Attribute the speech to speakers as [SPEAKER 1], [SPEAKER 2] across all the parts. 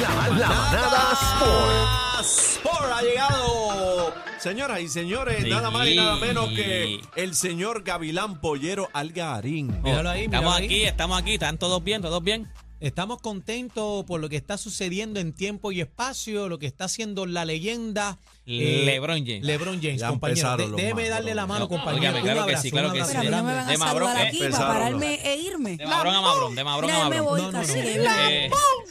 [SPEAKER 1] La, la manada Sport.
[SPEAKER 2] Sport ha llegado. Señoras y señores,
[SPEAKER 3] Sí.
[SPEAKER 2] nada más y nada menos que el señor Gavilán Pollero Algarín.
[SPEAKER 3] Oh,
[SPEAKER 1] Míralo ahí, míralo
[SPEAKER 3] estamos
[SPEAKER 1] ahí.
[SPEAKER 3] aquí, estamos aquí, están todos bien, todos bien.
[SPEAKER 1] Estamos contentos por lo que está sucediendo en tiempo y espacio, lo que está haciendo la leyenda. eh,
[SPEAKER 3] LeBron James.
[SPEAKER 1] LeBron James,
[SPEAKER 2] Ya
[SPEAKER 1] compañero.
[SPEAKER 2] empezaron
[SPEAKER 1] De-
[SPEAKER 2] los
[SPEAKER 1] déjeme
[SPEAKER 2] más,
[SPEAKER 1] darle la
[SPEAKER 2] los
[SPEAKER 1] mano,
[SPEAKER 3] más.
[SPEAKER 1] compañero.
[SPEAKER 3] Óigame, claro
[SPEAKER 1] un
[SPEAKER 3] que
[SPEAKER 1] abrazo,
[SPEAKER 3] sí, claro
[SPEAKER 1] un
[SPEAKER 3] que sí.
[SPEAKER 1] abrazo
[SPEAKER 4] Pero a mí no me van
[SPEAKER 1] grande.
[SPEAKER 4] a
[SPEAKER 3] De Mabrón,
[SPEAKER 4] saludar aquí
[SPEAKER 2] empezaron,
[SPEAKER 4] para pararme e irme.
[SPEAKER 3] de Mabrón a Mabrón, de Mabrón
[SPEAKER 4] Mira,
[SPEAKER 3] a
[SPEAKER 4] me
[SPEAKER 3] Mabrón.
[SPEAKER 4] voy,
[SPEAKER 1] No, no,
[SPEAKER 4] casi
[SPEAKER 1] no.
[SPEAKER 4] que-
[SPEAKER 3] Eh,
[SPEAKER 1] Es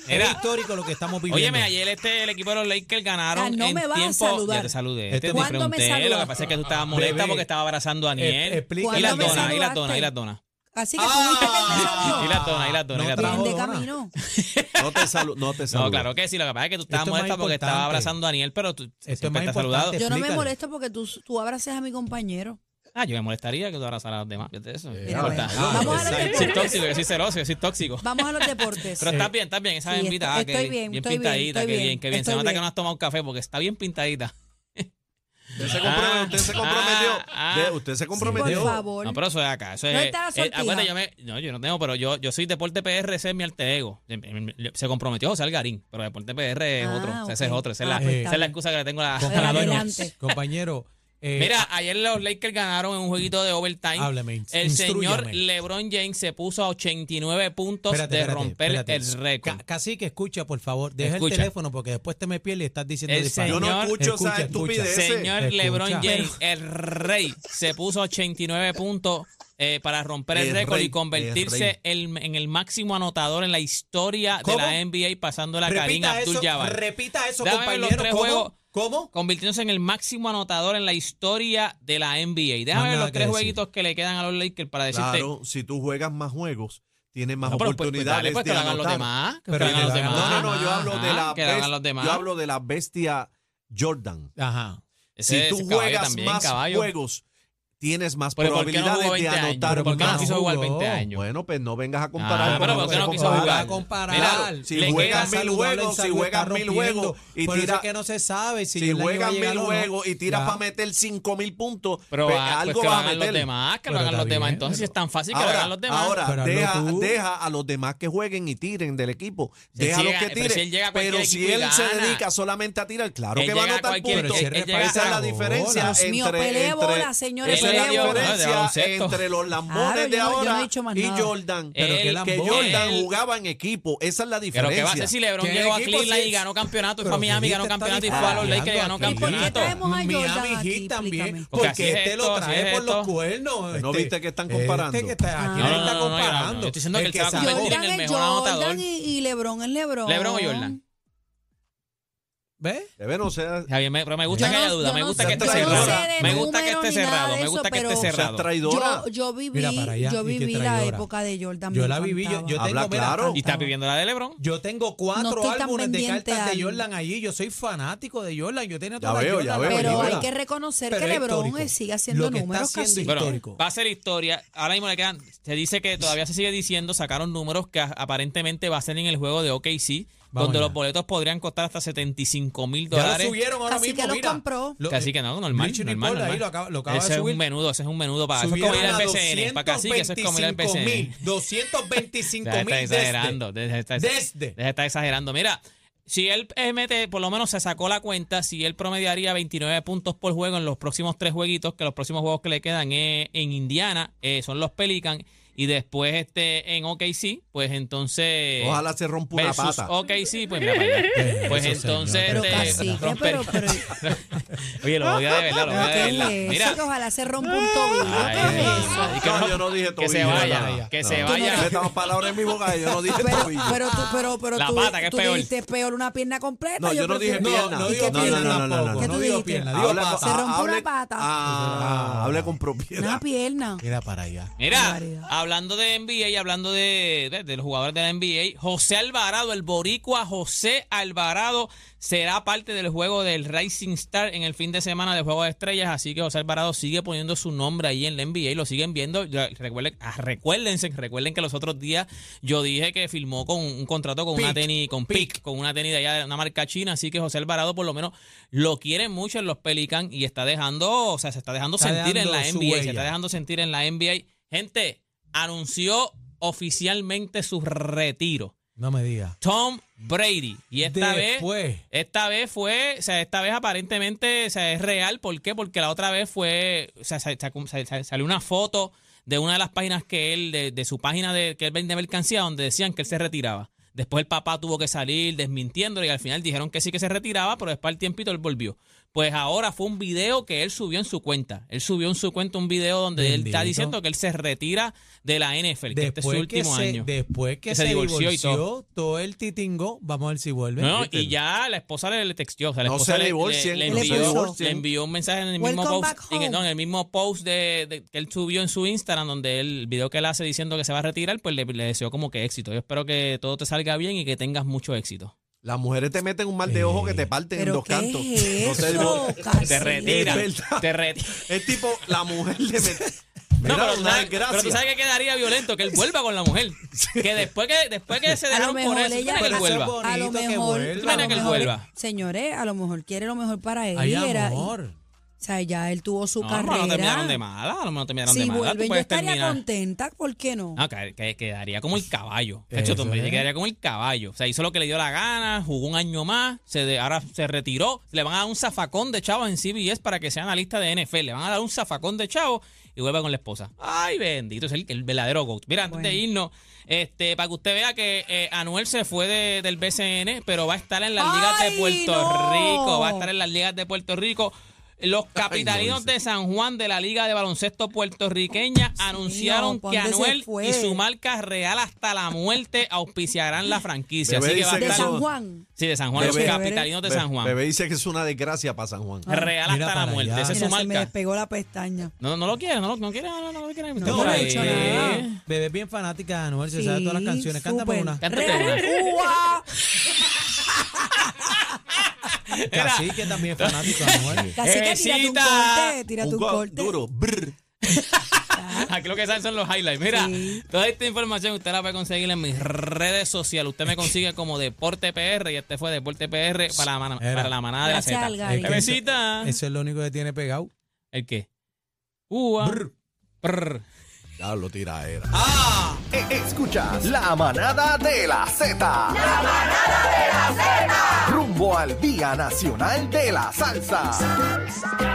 [SPEAKER 3] era,
[SPEAKER 1] histórico lo que estamos viviendo.
[SPEAKER 3] óyeme, ayer este, el equipo de los Lakers ganaron
[SPEAKER 4] Ah, no
[SPEAKER 3] en
[SPEAKER 4] me vas a
[SPEAKER 3] tiempo.
[SPEAKER 4] saludar.
[SPEAKER 3] Ya te saludé.
[SPEAKER 1] Este-
[SPEAKER 3] te
[SPEAKER 4] ¿Cuándo me
[SPEAKER 3] pregunté, lo que
[SPEAKER 4] saludaste?
[SPEAKER 3] pasa es que tú estabas molesta
[SPEAKER 1] Bebé.
[SPEAKER 3] porque estaba abrazando a
[SPEAKER 1] Eh,
[SPEAKER 3] Aniel.
[SPEAKER 1] explica-
[SPEAKER 3] y las
[SPEAKER 4] ¿Cuándo me
[SPEAKER 3] donas, y las
[SPEAKER 4] saludaste?
[SPEAKER 3] donas, y las donas.
[SPEAKER 4] Así que tuviste
[SPEAKER 3] Y las donas, y las donas, y
[SPEAKER 1] No
[SPEAKER 3] las
[SPEAKER 1] trajo
[SPEAKER 3] donas.
[SPEAKER 4] que me bien de
[SPEAKER 1] dona.
[SPEAKER 4] camino.
[SPEAKER 2] No te saludo, no te saludo.
[SPEAKER 3] No, claro que sí, lo que pasa es que tú estabas
[SPEAKER 1] Esto es más
[SPEAKER 3] molesta porque
[SPEAKER 1] importante.
[SPEAKER 3] estaba abrazando a Aniel, pero tú
[SPEAKER 1] es
[SPEAKER 3] siempre
[SPEAKER 1] más
[SPEAKER 3] te has saludado.
[SPEAKER 1] importante.
[SPEAKER 4] Yo no me
[SPEAKER 1] Explícale.
[SPEAKER 4] molesto porque tú, tú abraces a mi compañero.
[SPEAKER 3] Ah, yo me molestaría que tú abrazaras a los demás. fíjate eso.
[SPEAKER 4] Mira,
[SPEAKER 3] No
[SPEAKER 4] bueno.
[SPEAKER 3] importa.
[SPEAKER 1] Ah,
[SPEAKER 4] Vamos a los
[SPEAKER 3] Yo soy
[SPEAKER 4] deportes.
[SPEAKER 3] tóxico, yo soy celoso, yo soy tóxico.
[SPEAKER 4] Vamos a los deportes.
[SPEAKER 3] Pero estás bien, estás bien, esa
[SPEAKER 4] Sí,
[SPEAKER 3] bembita, ah,
[SPEAKER 4] estoy- estoy
[SPEAKER 3] qué
[SPEAKER 4] bien,
[SPEAKER 3] bien,
[SPEAKER 4] estoy bien,
[SPEAKER 3] pintadita,
[SPEAKER 4] estoy
[SPEAKER 3] qué
[SPEAKER 4] bien,
[SPEAKER 3] bien, qué bien. Se
[SPEAKER 4] estoy
[SPEAKER 3] nota que
[SPEAKER 4] bien.
[SPEAKER 3] no has tomado café porque está bien pintadita.
[SPEAKER 2] Usted se comprometió. usted se
[SPEAKER 3] Ah,
[SPEAKER 2] comprometió.
[SPEAKER 3] ah,
[SPEAKER 2] de- usted se
[SPEAKER 4] por
[SPEAKER 2] comprometió.
[SPEAKER 4] favor.
[SPEAKER 3] No, pero eso es acá. Eso
[SPEAKER 4] No
[SPEAKER 3] es,
[SPEAKER 4] está la
[SPEAKER 3] eh,
[SPEAKER 4] sortija.
[SPEAKER 3] acuérdate, yo me- no, yo no tengo, pero yo, yo soy Deporte PR, ese es mi alter ego. Se comprometió José Algarín, pero Deporte PR es
[SPEAKER 4] Ah,
[SPEAKER 3] otro. Ese es
[SPEAKER 4] ok.
[SPEAKER 3] otro. Esa,
[SPEAKER 4] Ah,
[SPEAKER 3] es, la,
[SPEAKER 1] pues está
[SPEAKER 3] esa es la
[SPEAKER 4] bien.
[SPEAKER 3] excusa que le tengo a la, a la
[SPEAKER 1] Compañero,
[SPEAKER 3] doña.
[SPEAKER 4] Adelante.
[SPEAKER 1] Compañero. eh,
[SPEAKER 3] Mira, ayer los Lakers ganaron en un jueguito de overtime.
[SPEAKER 1] Háblame, ins-
[SPEAKER 3] El señor
[SPEAKER 1] instrúyame.
[SPEAKER 3] LeBron James se puso a 89 puntos
[SPEAKER 1] espérate,
[SPEAKER 3] de
[SPEAKER 1] espérate,
[SPEAKER 3] romper
[SPEAKER 1] espérate.
[SPEAKER 3] el récord.
[SPEAKER 1] Ca- Casi que escucha, por favor. Deja
[SPEAKER 3] Escucha.
[SPEAKER 1] el teléfono porque después te me pierdes y estás diciendo
[SPEAKER 3] El
[SPEAKER 1] disparate.
[SPEAKER 2] Yo no
[SPEAKER 3] Señor,
[SPEAKER 2] escucho esa
[SPEAKER 1] escucha, escucha.
[SPEAKER 2] estupidez.
[SPEAKER 3] Señor
[SPEAKER 1] Escucha.
[SPEAKER 3] LeBron James, el rey, se puso 89 puntos eh, para romper el,
[SPEAKER 2] El
[SPEAKER 3] récord
[SPEAKER 2] rey,
[SPEAKER 3] y convertirse el- en el máximo anotador en la historia
[SPEAKER 1] ¿Cómo?
[SPEAKER 3] de la NBA, pasando a Karim
[SPEAKER 1] Repita eso,
[SPEAKER 3] Abdul-Jabbar.
[SPEAKER 1] repita eso,
[SPEAKER 3] Dame ver los
[SPEAKER 1] compañero.
[SPEAKER 3] tres
[SPEAKER 1] ¿Cómo?
[SPEAKER 3] juegos.
[SPEAKER 1] ¿Cómo?
[SPEAKER 3] Convirtiéndose en el máximo anotador en la historia de la NBA.
[SPEAKER 1] Más
[SPEAKER 3] Déjame ver
[SPEAKER 1] nada
[SPEAKER 3] los
[SPEAKER 1] que
[SPEAKER 3] tres
[SPEAKER 1] decir.
[SPEAKER 3] jueguitos que le quedan a los Lakers para decirte.
[SPEAKER 2] Claro, si tú juegas más juegos, tienes más
[SPEAKER 3] No, pero pues, pues, dale,
[SPEAKER 2] oportunidades
[SPEAKER 3] pues, que
[SPEAKER 2] de
[SPEAKER 3] lo hagan los
[SPEAKER 2] anotar.
[SPEAKER 3] demás. Que
[SPEAKER 1] Pero
[SPEAKER 3] lo hagan
[SPEAKER 1] que
[SPEAKER 3] los
[SPEAKER 1] lo hagan-
[SPEAKER 2] No,
[SPEAKER 3] demás.
[SPEAKER 2] no, no, yo hablo de
[SPEAKER 3] Ajá,
[SPEAKER 2] la
[SPEAKER 3] que lo hagan
[SPEAKER 2] best-
[SPEAKER 3] los demás.
[SPEAKER 2] Yo hablo de la bestia Jordan.
[SPEAKER 1] Ajá.
[SPEAKER 3] Ese-
[SPEAKER 2] si tú
[SPEAKER 3] ese caballo
[SPEAKER 2] juegas
[SPEAKER 3] también,
[SPEAKER 2] más
[SPEAKER 3] caballo.
[SPEAKER 2] juegos, tienes más
[SPEAKER 3] Pero ¿por qué no
[SPEAKER 2] probabilidades
[SPEAKER 3] jugó
[SPEAKER 2] de
[SPEAKER 3] 20 años?
[SPEAKER 2] anotar.
[SPEAKER 3] ¿Pero ¿Por qué
[SPEAKER 1] porque
[SPEAKER 3] no quiso
[SPEAKER 1] no
[SPEAKER 3] jugar
[SPEAKER 1] jugó.
[SPEAKER 3] 20 años?
[SPEAKER 2] Bueno, pues no vengas a comparar.
[SPEAKER 3] Ah,
[SPEAKER 2] porque
[SPEAKER 3] pero ¿por qué
[SPEAKER 2] se
[SPEAKER 3] no quiso
[SPEAKER 2] compara.
[SPEAKER 3] jugar?
[SPEAKER 1] A comparar.
[SPEAKER 2] Claro, si
[SPEAKER 3] Le
[SPEAKER 2] juegas
[SPEAKER 3] queda
[SPEAKER 2] mil juegos, si juegas mil juegos y
[SPEAKER 1] por eso
[SPEAKER 2] tiras
[SPEAKER 1] es que no se sabe si,
[SPEAKER 2] si
[SPEAKER 1] el año va a
[SPEAKER 2] juegas
[SPEAKER 1] llegar
[SPEAKER 2] mil
[SPEAKER 1] o no.
[SPEAKER 2] juegos y tiras
[SPEAKER 1] Ya.
[SPEAKER 2] para meter cinco mil puntos,
[SPEAKER 3] Pero
[SPEAKER 2] pues,
[SPEAKER 3] ah, pues
[SPEAKER 2] algo
[SPEAKER 3] que lo
[SPEAKER 2] vas a
[SPEAKER 3] hagan los
[SPEAKER 2] meter.
[SPEAKER 3] demás, que lo
[SPEAKER 1] Pero
[SPEAKER 3] hagan los
[SPEAKER 1] está
[SPEAKER 3] demás.
[SPEAKER 1] bien,
[SPEAKER 3] Entonces
[SPEAKER 1] pero-
[SPEAKER 3] es tan fácil que lo
[SPEAKER 2] Ahora,
[SPEAKER 3] hagan los demás.
[SPEAKER 1] Pero
[SPEAKER 2] ahora
[SPEAKER 1] hazlo
[SPEAKER 2] deja,
[SPEAKER 1] tú.
[SPEAKER 2] deja a los demás que jueguen y tiren del equipo.
[SPEAKER 3] Si él
[SPEAKER 2] Deja a los
[SPEAKER 3] llega-
[SPEAKER 2] que
[SPEAKER 3] pero si
[SPEAKER 2] tiren.
[SPEAKER 3] él llega a
[SPEAKER 2] Pero
[SPEAKER 3] cualquier
[SPEAKER 2] si
[SPEAKER 3] equipo y
[SPEAKER 2] él se
[SPEAKER 3] gana.
[SPEAKER 2] dedica solamente a tirar, claro
[SPEAKER 3] Él
[SPEAKER 2] que va
[SPEAKER 3] llega
[SPEAKER 2] a
[SPEAKER 3] a
[SPEAKER 2] anotar
[SPEAKER 3] cualquier-
[SPEAKER 2] puntos.
[SPEAKER 1] Pero si él
[SPEAKER 2] Esa
[SPEAKER 3] llega
[SPEAKER 2] es
[SPEAKER 3] a
[SPEAKER 2] la
[SPEAKER 1] bola.
[SPEAKER 2] diferencia
[SPEAKER 4] Dios mío,
[SPEAKER 2] entre,
[SPEAKER 4] pelee
[SPEAKER 2] entre-
[SPEAKER 4] bola, señores,
[SPEAKER 2] esa es la
[SPEAKER 3] pelee bola. De
[SPEAKER 2] diferencia
[SPEAKER 3] baloncesto.
[SPEAKER 2] entre los
[SPEAKER 4] Claro,
[SPEAKER 2] lambones de
[SPEAKER 4] yo no- yo no he
[SPEAKER 2] ahora
[SPEAKER 4] dicho más
[SPEAKER 2] y
[SPEAKER 4] nada.
[SPEAKER 2] Jordan.
[SPEAKER 1] Pero
[SPEAKER 3] Él-
[SPEAKER 1] qué
[SPEAKER 2] que
[SPEAKER 1] lambón.
[SPEAKER 2] Jordan
[SPEAKER 3] él-
[SPEAKER 2] jugaba en equipo, esa es la
[SPEAKER 3] Pero qué va a
[SPEAKER 2] diferencia.
[SPEAKER 3] hacer si LeBron
[SPEAKER 1] ¿Qué
[SPEAKER 3] llegó a
[SPEAKER 1] equipo
[SPEAKER 3] Cleveland
[SPEAKER 1] si
[SPEAKER 3] y
[SPEAKER 1] es-
[SPEAKER 3] ganó campeonato, y fue
[SPEAKER 1] Pero
[SPEAKER 3] a Miami,
[SPEAKER 1] Felipe
[SPEAKER 3] ganó
[SPEAKER 1] está Ah,
[SPEAKER 3] campeonato y fue a los
[SPEAKER 1] disparando
[SPEAKER 3] Lakers y ganó
[SPEAKER 1] aquí.
[SPEAKER 4] ¿Y por qué
[SPEAKER 3] campeonato.
[SPEAKER 4] traemos a
[SPEAKER 1] Miami
[SPEAKER 4] Jordan aquí?
[SPEAKER 1] Heat también.
[SPEAKER 4] Explícame.
[SPEAKER 3] Porque
[SPEAKER 1] Porque
[SPEAKER 3] así es
[SPEAKER 1] este lo
[SPEAKER 3] esto, así
[SPEAKER 1] trae
[SPEAKER 3] es
[SPEAKER 1] por los
[SPEAKER 3] esto.
[SPEAKER 1] cuernos.
[SPEAKER 2] ¿No
[SPEAKER 1] este-
[SPEAKER 2] viste que están comparando?
[SPEAKER 1] Este que está, aquí
[SPEAKER 4] Ah.
[SPEAKER 1] no,
[SPEAKER 4] No, no,
[SPEAKER 1] está
[SPEAKER 3] no, no, no,
[SPEAKER 1] comparando.
[SPEAKER 3] no, no, yo estoy diciendo que
[SPEAKER 1] el
[SPEAKER 3] el
[SPEAKER 1] que
[SPEAKER 3] chamaco
[SPEAKER 1] sacó-
[SPEAKER 3] tiene-
[SPEAKER 4] Jordan
[SPEAKER 3] el
[SPEAKER 4] es
[SPEAKER 3] mejor anotador.
[SPEAKER 4] Jordan y, y LeBron es LeBron.
[SPEAKER 3] LeBron o Jordan.
[SPEAKER 1] ¿Ves?
[SPEAKER 2] Bebé, no seas-
[SPEAKER 3] Javier, me- pero me gusta
[SPEAKER 4] Yo
[SPEAKER 3] que haya
[SPEAKER 4] no-
[SPEAKER 3] duda,
[SPEAKER 4] yo
[SPEAKER 3] me
[SPEAKER 4] no
[SPEAKER 3] gusta
[SPEAKER 2] sé-
[SPEAKER 3] que esté
[SPEAKER 2] yo no sé
[SPEAKER 3] cerrado.
[SPEAKER 2] de
[SPEAKER 3] Me gusta que
[SPEAKER 4] números
[SPEAKER 3] esté
[SPEAKER 4] ni nada
[SPEAKER 3] cerrado,
[SPEAKER 4] de
[SPEAKER 3] me
[SPEAKER 4] eso,
[SPEAKER 3] gusta que esté
[SPEAKER 4] pero-
[SPEAKER 2] no seas
[SPEAKER 3] cerrado.
[SPEAKER 2] traidora.
[SPEAKER 4] Yo, yo viví,
[SPEAKER 1] Mira para allá,
[SPEAKER 4] yo
[SPEAKER 1] y qué
[SPEAKER 4] viví la
[SPEAKER 1] traidora.
[SPEAKER 4] época de Jordan.
[SPEAKER 1] Yo
[SPEAKER 4] me
[SPEAKER 1] la viví, yo,
[SPEAKER 4] encantaba.
[SPEAKER 1] yo tengo,
[SPEAKER 2] Habla
[SPEAKER 1] mira,
[SPEAKER 2] claro.
[SPEAKER 3] Y
[SPEAKER 1] cantaba.
[SPEAKER 3] estás viviendo la de LeBron.
[SPEAKER 1] Yo tengo cuatro
[SPEAKER 4] No estoy tan
[SPEAKER 1] álbumes de
[SPEAKER 4] pendiente
[SPEAKER 1] cartas de
[SPEAKER 4] al-
[SPEAKER 1] Jordan allí. Yo soy fanático de Jordan. Yo tenía todas
[SPEAKER 2] veo,
[SPEAKER 1] las
[SPEAKER 2] ya
[SPEAKER 1] Jordan,
[SPEAKER 2] veo,
[SPEAKER 1] las
[SPEAKER 2] ya
[SPEAKER 4] Pero
[SPEAKER 1] Jordan.
[SPEAKER 2] veo.
[SPEAKER 4] hay que reconocer
[SPEAKER 1] Pero es
[SPEAKER 4] que LeBron
[SPEAKER 1] histórico.
[SPEAKER 4] sigue haciendo
[SPEAKER 1] Lo que está
[SPEAKER 4] números
[SPEAKER 1] haciendo
[SPEAKER 4] casi.
[SPEAKER 1] histórico.
[SPEAKER 3] Bueno, va a ser historia. Ahora mismo le quedan, se dice que todavía se sigue diciendo, sacaron números que a- aparentemente va a ser en el juego de OKC,
[SPEAKER 1] Vamos
[SPEAKER 3] donde
[SPEAKER 1] allá.
[SPEAKER 3] los boletos podrían costar hasta 75 mil
[SPEAKER 1] Ya lo
[SPEAKER 3] dólares.
[SPEAKER 1] subieron ahora
[SPEAKER 4] Así que
[SPEAKER 1] mismo,
[SPEAKER 4] lo
[SPEAKER 1] mira.
[SPEAKER 4] compró.
[SPEAKER 1] Lo-
[SPEAKER 3] Así que no, normal,
[SPEAKER 1] Bleacher
[SPEAKER 3] normal,
[SPEAKER 1] Report ahí
[SPEAKER 3] normal.
[SPEAKER 1] lo acaba, lo acaba
[SPEAKER 3] ese
[SPEAKER 1] de
[SPEAKER 3] es
[SPEAKER 1] subir.
[SPEAKER 3] un menudo, ese es un menudo para eso es
[SPEAKER 1] Subieron
[SPEAKER 3] comida del
[SPEAKER 1] a
[SPEAKER 3] PCN, para casi que eso es comida del
[SPEAKER 1] 225.000,
[SPEAKER 3] PCN.
[SPEAKER 1] 225
[SPEAKER 3] Deja de
[SPEAKER 1] mil este.
[SPEAKER 3] estar exagerando, deja de estar-
[SPEAKER 1] Desde.
[SPEAKER 3] deja de estar exagerando. Mira, si él eh, mete, por lo menos se sacó la cuenta, si él promediaría 29 puntos por juego en los próximos tres jueguitos, que los próximos juegos que le quedan eh, en Indiana eh, son los Pelicans, y después este en OKC, pues entonces...
[SPEAKER 2] Ojalá se rompa una
[SPEAKER 3] versus
[SPEAKER 2] pata.
[SPEAKER 3] OKC, pues mira para allá. Pues
[SPEAKER 1] Eso,
[SPEAKER 3] entonces...
[SPEAKER 1] señor.
[SPEAKER 4] Pero
[SPEAKER 3] este,
[SPEAKER 4] casi,
[SPEAKER 3] romper-
[SPEAKER 4] pero, pero,
[SPEAKER 3] Oye, lo odia de verdad, lo
[SPEAKER 4] pero
[SPEAKER 3] odia de
[SPEAKER 4] ¿qué
[SPEAKER 3] verdad.
[SPEAKER 4] es
[SPEAKER 3] Mira...
[SPEAKER 4] eso? Que ojalá se rompa un tobillo. ¿Qué es eso?
[SPEAKER 3] Ay, y que
[SPEAKER 2] No,
[SPEAKER 3] no-
[SPEAKER 2] yo no dije
[SPEAKER 3] Que se
[SPEAKER 2] tobillo,
[SPEAKER 3] vaya,
[SPEAKER 2] nada.
[SPEAKER 3] que se
[SPEAKER 2] No.
[SPEAKER 3] vaya.
[SPEAKER 2] Metamos palabras en mi boca, yo no dije
[SPEAKER 4] Pero,
[SPEAKER 2] tobillo.
[SPEAKER 4] pero tú, pero, pero
[SPEAKER 3] La
[SPEAKER 4] tú,
[SPEAKER 3] pata, que es
[SPEAKER 4] tú
[SPEAKER 3] peor.
[SPEAKER 4] dijiste peor una pierna completa.
[SPEAKER 2] No, yo no dije
[SPEAKER 4] prefiero-
[SPEAKER 2] pierna.
[SPEAKER 1] No, no
[SPEAKER 4] ¿Y qué
[SPEAKER 1] digo
[SPEAKER 2] No, no,
[SPEAKER 4] pierna?
[SPEAKER 1] pierna
[SPEAKER 2] no, no,
[SPEAKER 1] tampoco.
[SPEAKER 2] no,
[SPEAKER 1] No
[SPEAKER 4] no.
[SPEAKER 1] digo
[SPEAKER 4] ¿Qué tú
[SPEAKER 1] pierna,
[SPEAKER 4] dijiste?
[SPEAKER 1] digo
[SPEAKER 2] Habla-
[SPEAKER 4] Se
[SPEAKER 1] pata.
[SPEAKER 4] rompió
[SPEAKER 2] hable-
[SPEAKER 4] una pata.
[SPEAKER 2] Ah, hable con
[SPEAKER 4] Una
[SPEAKER 2] propiedad.
[SPEAKER 4] pierna.
[SPEAKER 1] Mira para allá.
[SPEAKER 3] Mira,
[SPEAKER 4] Barbaridad.
[SPEAKER 3] hablando de NBA y hablando de, de- de los jugadores de la NBA, José Alvarado, el boricua José Alvarado, será parte del juego del Rising Star en el fin de semana del Juego de Estrellas. Así que José Alvarado sigue poniendo su nombre ahí en la NBA y lo siguen viendo. Ya, Recuerden, ah, recuérdense, recuerden que los otros días yo dije que firmó con un contrato con una tenis, con PIC, con una tenis de allá de una marca china. Así que José Alvarado por lo menos lo quieren mucho en los Pelican y está dejando, o sea, se está dejando
[SPEAKER 1] Está
[SPEAKER 3] sentir
[SPEAKER 1] dejando
[SPEAKER 3] en la
[SPEAKER 1] su
[SPEAKER 3] NBA. Se está
[SPEAKER 1] huella.
[SPEAKER 3] dejando sentir en la NBA. Gente, anunció oficialmente su retiro.
[SPEAKER 1] No me digas.
[SPEAKER 3] Tom Brady. Y esta vez.
[SPEAKER 1] Después.
[SPEAKER 3] Esta vez fue, o sea, esta vez aparentemente o sea, es real. ¿Por qué? Porque la otra vez fue, o sea, sa- sacó- sa- sa- salió una foto de una de las páginas que él, de, de su página de que él vende mercancía, donde decían que él se retiraba. Después el papá tuvo que salir desmintiéndolo y al final dijeron que sí que se retiraba, pero después al tiempito él volvió. Pues ahora fue un video que él subió en su cuenta. Él subió en su cuenta un video donde él está
[SPEAKER 1] Bendito.
[SPEAKER 3] diciendo que él se retira de la NFL, que este es su
[SPEAKER 1] Después que,
[SPEAKER 3] último
[SPEAKER 1] se,
[SPEAKER 3] año.
[SPEAKER 1] después que, se, divorció, y todo. el titingo, vamos a ver si vuelve.
[SPEAKER 3] No,
[SPEAKER 2] ¿viste?
[SPEAKER 3] y ya la esposa le, le textió. O sea, la
[SPEAKER 2] No
[SPEAKER 3] esposa
[SPEAKER 2] se
[SPEAKER 3] le,
[SPEAKER 2] divorcien,
[SPEAKER 3] le- le
[SPEAKER 4] no se
[SPEAKER 3] envió,
[SPEAKER 4] divorcien.
[SPEAKER 3] le envió un mensaje en el mismo
[SPEAKER 4] Welcome
[SPEAKER 3] post,
[SPEAKER 4] back
[SPEAKER 3] en el, no,
[SPEAKER 4] home.
[SPEAKER 3] en el mismo post de, de- que él subió en su Instagram, donde él, el video que él hace diciendo que se va a retirar, pues le, le deseo como que éxito. Yo espero que todo te salga bien y que tengas mucho éxito.
[SPEAKER 2] Las mujeres te meten un mal de ojo que te parten en
[SPEAKER 4] ¿Pero
[SPEAKER 2] dos
[SPEAKER 4] qué
[SPEAKER 2] cantos.
[SPEAKER 4] es
[SPEAKER 2] No sé,
[SPEAKER 4] eso,
[SPEAKER 2] no-
[SPEAKER 4] Cacique?
[SPEAKER 3] Te retira.
[SPEAKER 2] Es verdad.
[SPEAKER 3] Te retira.
[SPEAKER 2] es tipo, la mujer le mete.
[SPEAKER 3] No,
[SPEAKER 2] Mira,
[SPEAKER 3] pero, tú
[SPEAKER 2] una
[SPEAKER 3] sabes-
[SPEAKER 2] desgracia.
[SPEAKER 3] pero tú sabes que quedaría violento que él vuelva con la mujer. Que después que, después que se
[SPEAKER 4] A lo
[SPEAKER 3] dejaron por
[SPEAKER 4] mejor
[SPEAKER 3] eso, ¿tú
[SPEAKER 4] ella
[SPEAKER 3] crees que él
[SPEAKER 1] Pero eso es
[SPEAKER 3] vuelva.
[SPEAKER 4] a lo
[SPEAKER 1] bonito que
[SPEAKER 4] mejor,
[SPEAKER 1] vuelva.
[SPEAKER 4] a lo
[SPEAKER 3] Espera que él
[SPEAKER 4] mejor-
[SPEAKER 3] vuelva.
[SPEAKER 4] Señores, a lo mejor quiere lo mejor para él.
[SPEAKER 1] Hay
[SPEAKER 4] era-
[SPEAKER 1] amor.
[SPEAKER 4] o sea, ya él tuvo su
[SPEAKER 3] No, pero no
[SPEAKER 4] carrera.
[SPEAKER 3] terminaron de mala, a lo mejor no terminaron de
[SPEAKER 4] si
[SPEAKER 3] mala. Tú
[SPEAKER 4] vuelven, yo
[SPEAKER 3] puedes
[SPEAKER 4] estaría
[SPEAKER 3] terminar. Ah,
[SPEAKER 4] contenta, ¿por qué no?
[SPEAKER 3] No, que- que- quedaría como el caballo. De hecho,
[SPEAKER 1] Eso
[SPEAKER 3] Tom Brady
[SPEAKER 1] es.
[SPEAKER 3] quedaría como el caballo. O sea, hizo lo que le dio la gana, jugó un año más, se de- ahora se retiró. Le van a dar un zafacón de chavos en CBS para que sea analista de NFL. Le van a dar un zafacón de chavos y vuelve con la esposa. Ay, bendito, es el, el verdadero GOAT. Mira, antes de
[SPEAKER 4] Bueno.
[SPEAKER 3] irnos, este, para que usted vea que eh, Anuel se fue de- del BCN, pero va a estar en las ligas de
[SPEAKER 4] ¡Ay,
[SPEAKER 3] Puerto
[SPEAKER 4] no!
[SPEAKER 3] Rico. Va a estar en las ligas de Puerto Rico. Los capitalinos
[SPEAKER 2] Loisa.
[SPEAKER 3] de San Juan de la Liga de Baloncesto Puertorriqueña anunciaron
[SPEAKER 4] ¿pa'
[SPEAKER 3] que
[SPEAKER 4] dónde se
[SPEAKER 3] Anuel
[SPEAKER 4] fue?
[SPEAKER 3] y su marca Real hasta la muerte auspiciarán la franquicia.
[SPEAKER 2] Bebé
[SPEAKER 3] Así que va a
[SPEAKER 2] dice
[SPEAKER 4] de
[SPEAKER 2] que
[SPEAKER 3] estar.
[SPEAKER 2] no.
[SPEAKER 4] San Juan.
[SPEAKER 3] Sí, de San Juan,
[SPEAKER 2] Bebé.
[SPEAKER 3] los capitalinos de
[SPEAKER 2] Be-
[SPEAKER 3] San Juan.
[SPEAKER 2] Bebé dice que es una desgracia para San Juan.
[SPEAKER 3] Real
[SPEAKER 1] Mira
[SPEAKER 3] hasta la
[SPEAKER 1] para
[SPEAKER 3] muerte.
[SPEAKER 1] allá.
[SPEAKER 3] Esa es su
[SPEAKER 4] Mira, se me
[SPEAKER 3] marca.
[SPEAKER 4] despegó la pestaña.
[SPEAKER 3] No, no lo quieren, no lo no quieren, no, no lo quieren.
[SPEAKER 4] No,
[SPEAKER 3] Por
[SPEAKER 4] no he
[SPEAKER 3] ahí.
[SPEAKER 4] hecho nada.
[SPEAKER 1] Bebé es bien fanática de Anuel, se
[SPEAKER 4] Sí,
[SPEAKER 1] sabe todas las canciones. Cántame
[SPEAKER 4] súper.
[SPEAKER 1] una.
[SPEAKER 3] Cántate
[SPEAKER 4] Re- Ua.
[SPEAKER 1] Casi que también es fanático de Anuel.
[SPEAKER 4] Casi que tira tu
[SPEAKER 3] Bebecita.
[SPEAKER 4] corte, tira
[SPEAKER 2] Un
[SPEAKER 4] tu
[SPEAKER 2] gol
[SPEAKER 4] corte.
[SPEAKER 2] Duro. brr.
[SPEAKER 3] Aquí lo que salen son los highlights. Mira,
[SPEAKER 4] Sí.
[SPEAKER 3] toda esta información usted la puede conseguir en mis redes sociales. Usted me consigue como Deporte PR y este fue Deporte PR para la, mana-
[SPEAKER 1] Era.
[SPEAKER 3] para la manada de la
[SPEAKER 4] Gracias,
[SPEAKER 3] Z.
[SPEAKER 4] Algarín.
[SPEAKER 1] Es que
[SPEAKER 3] Bebecita.
[SPEAKER 1] Eso es lo único que tiene pegado.
[SPEAKER 3] ¿El qué? Uva. Prr.
[SPEAKER 2] Ya lo tira era.
[SPEAKER 5] E- Escuchas la manada de la Z. La manada de la Z. Rumbo al Día Nacional de la Salsa.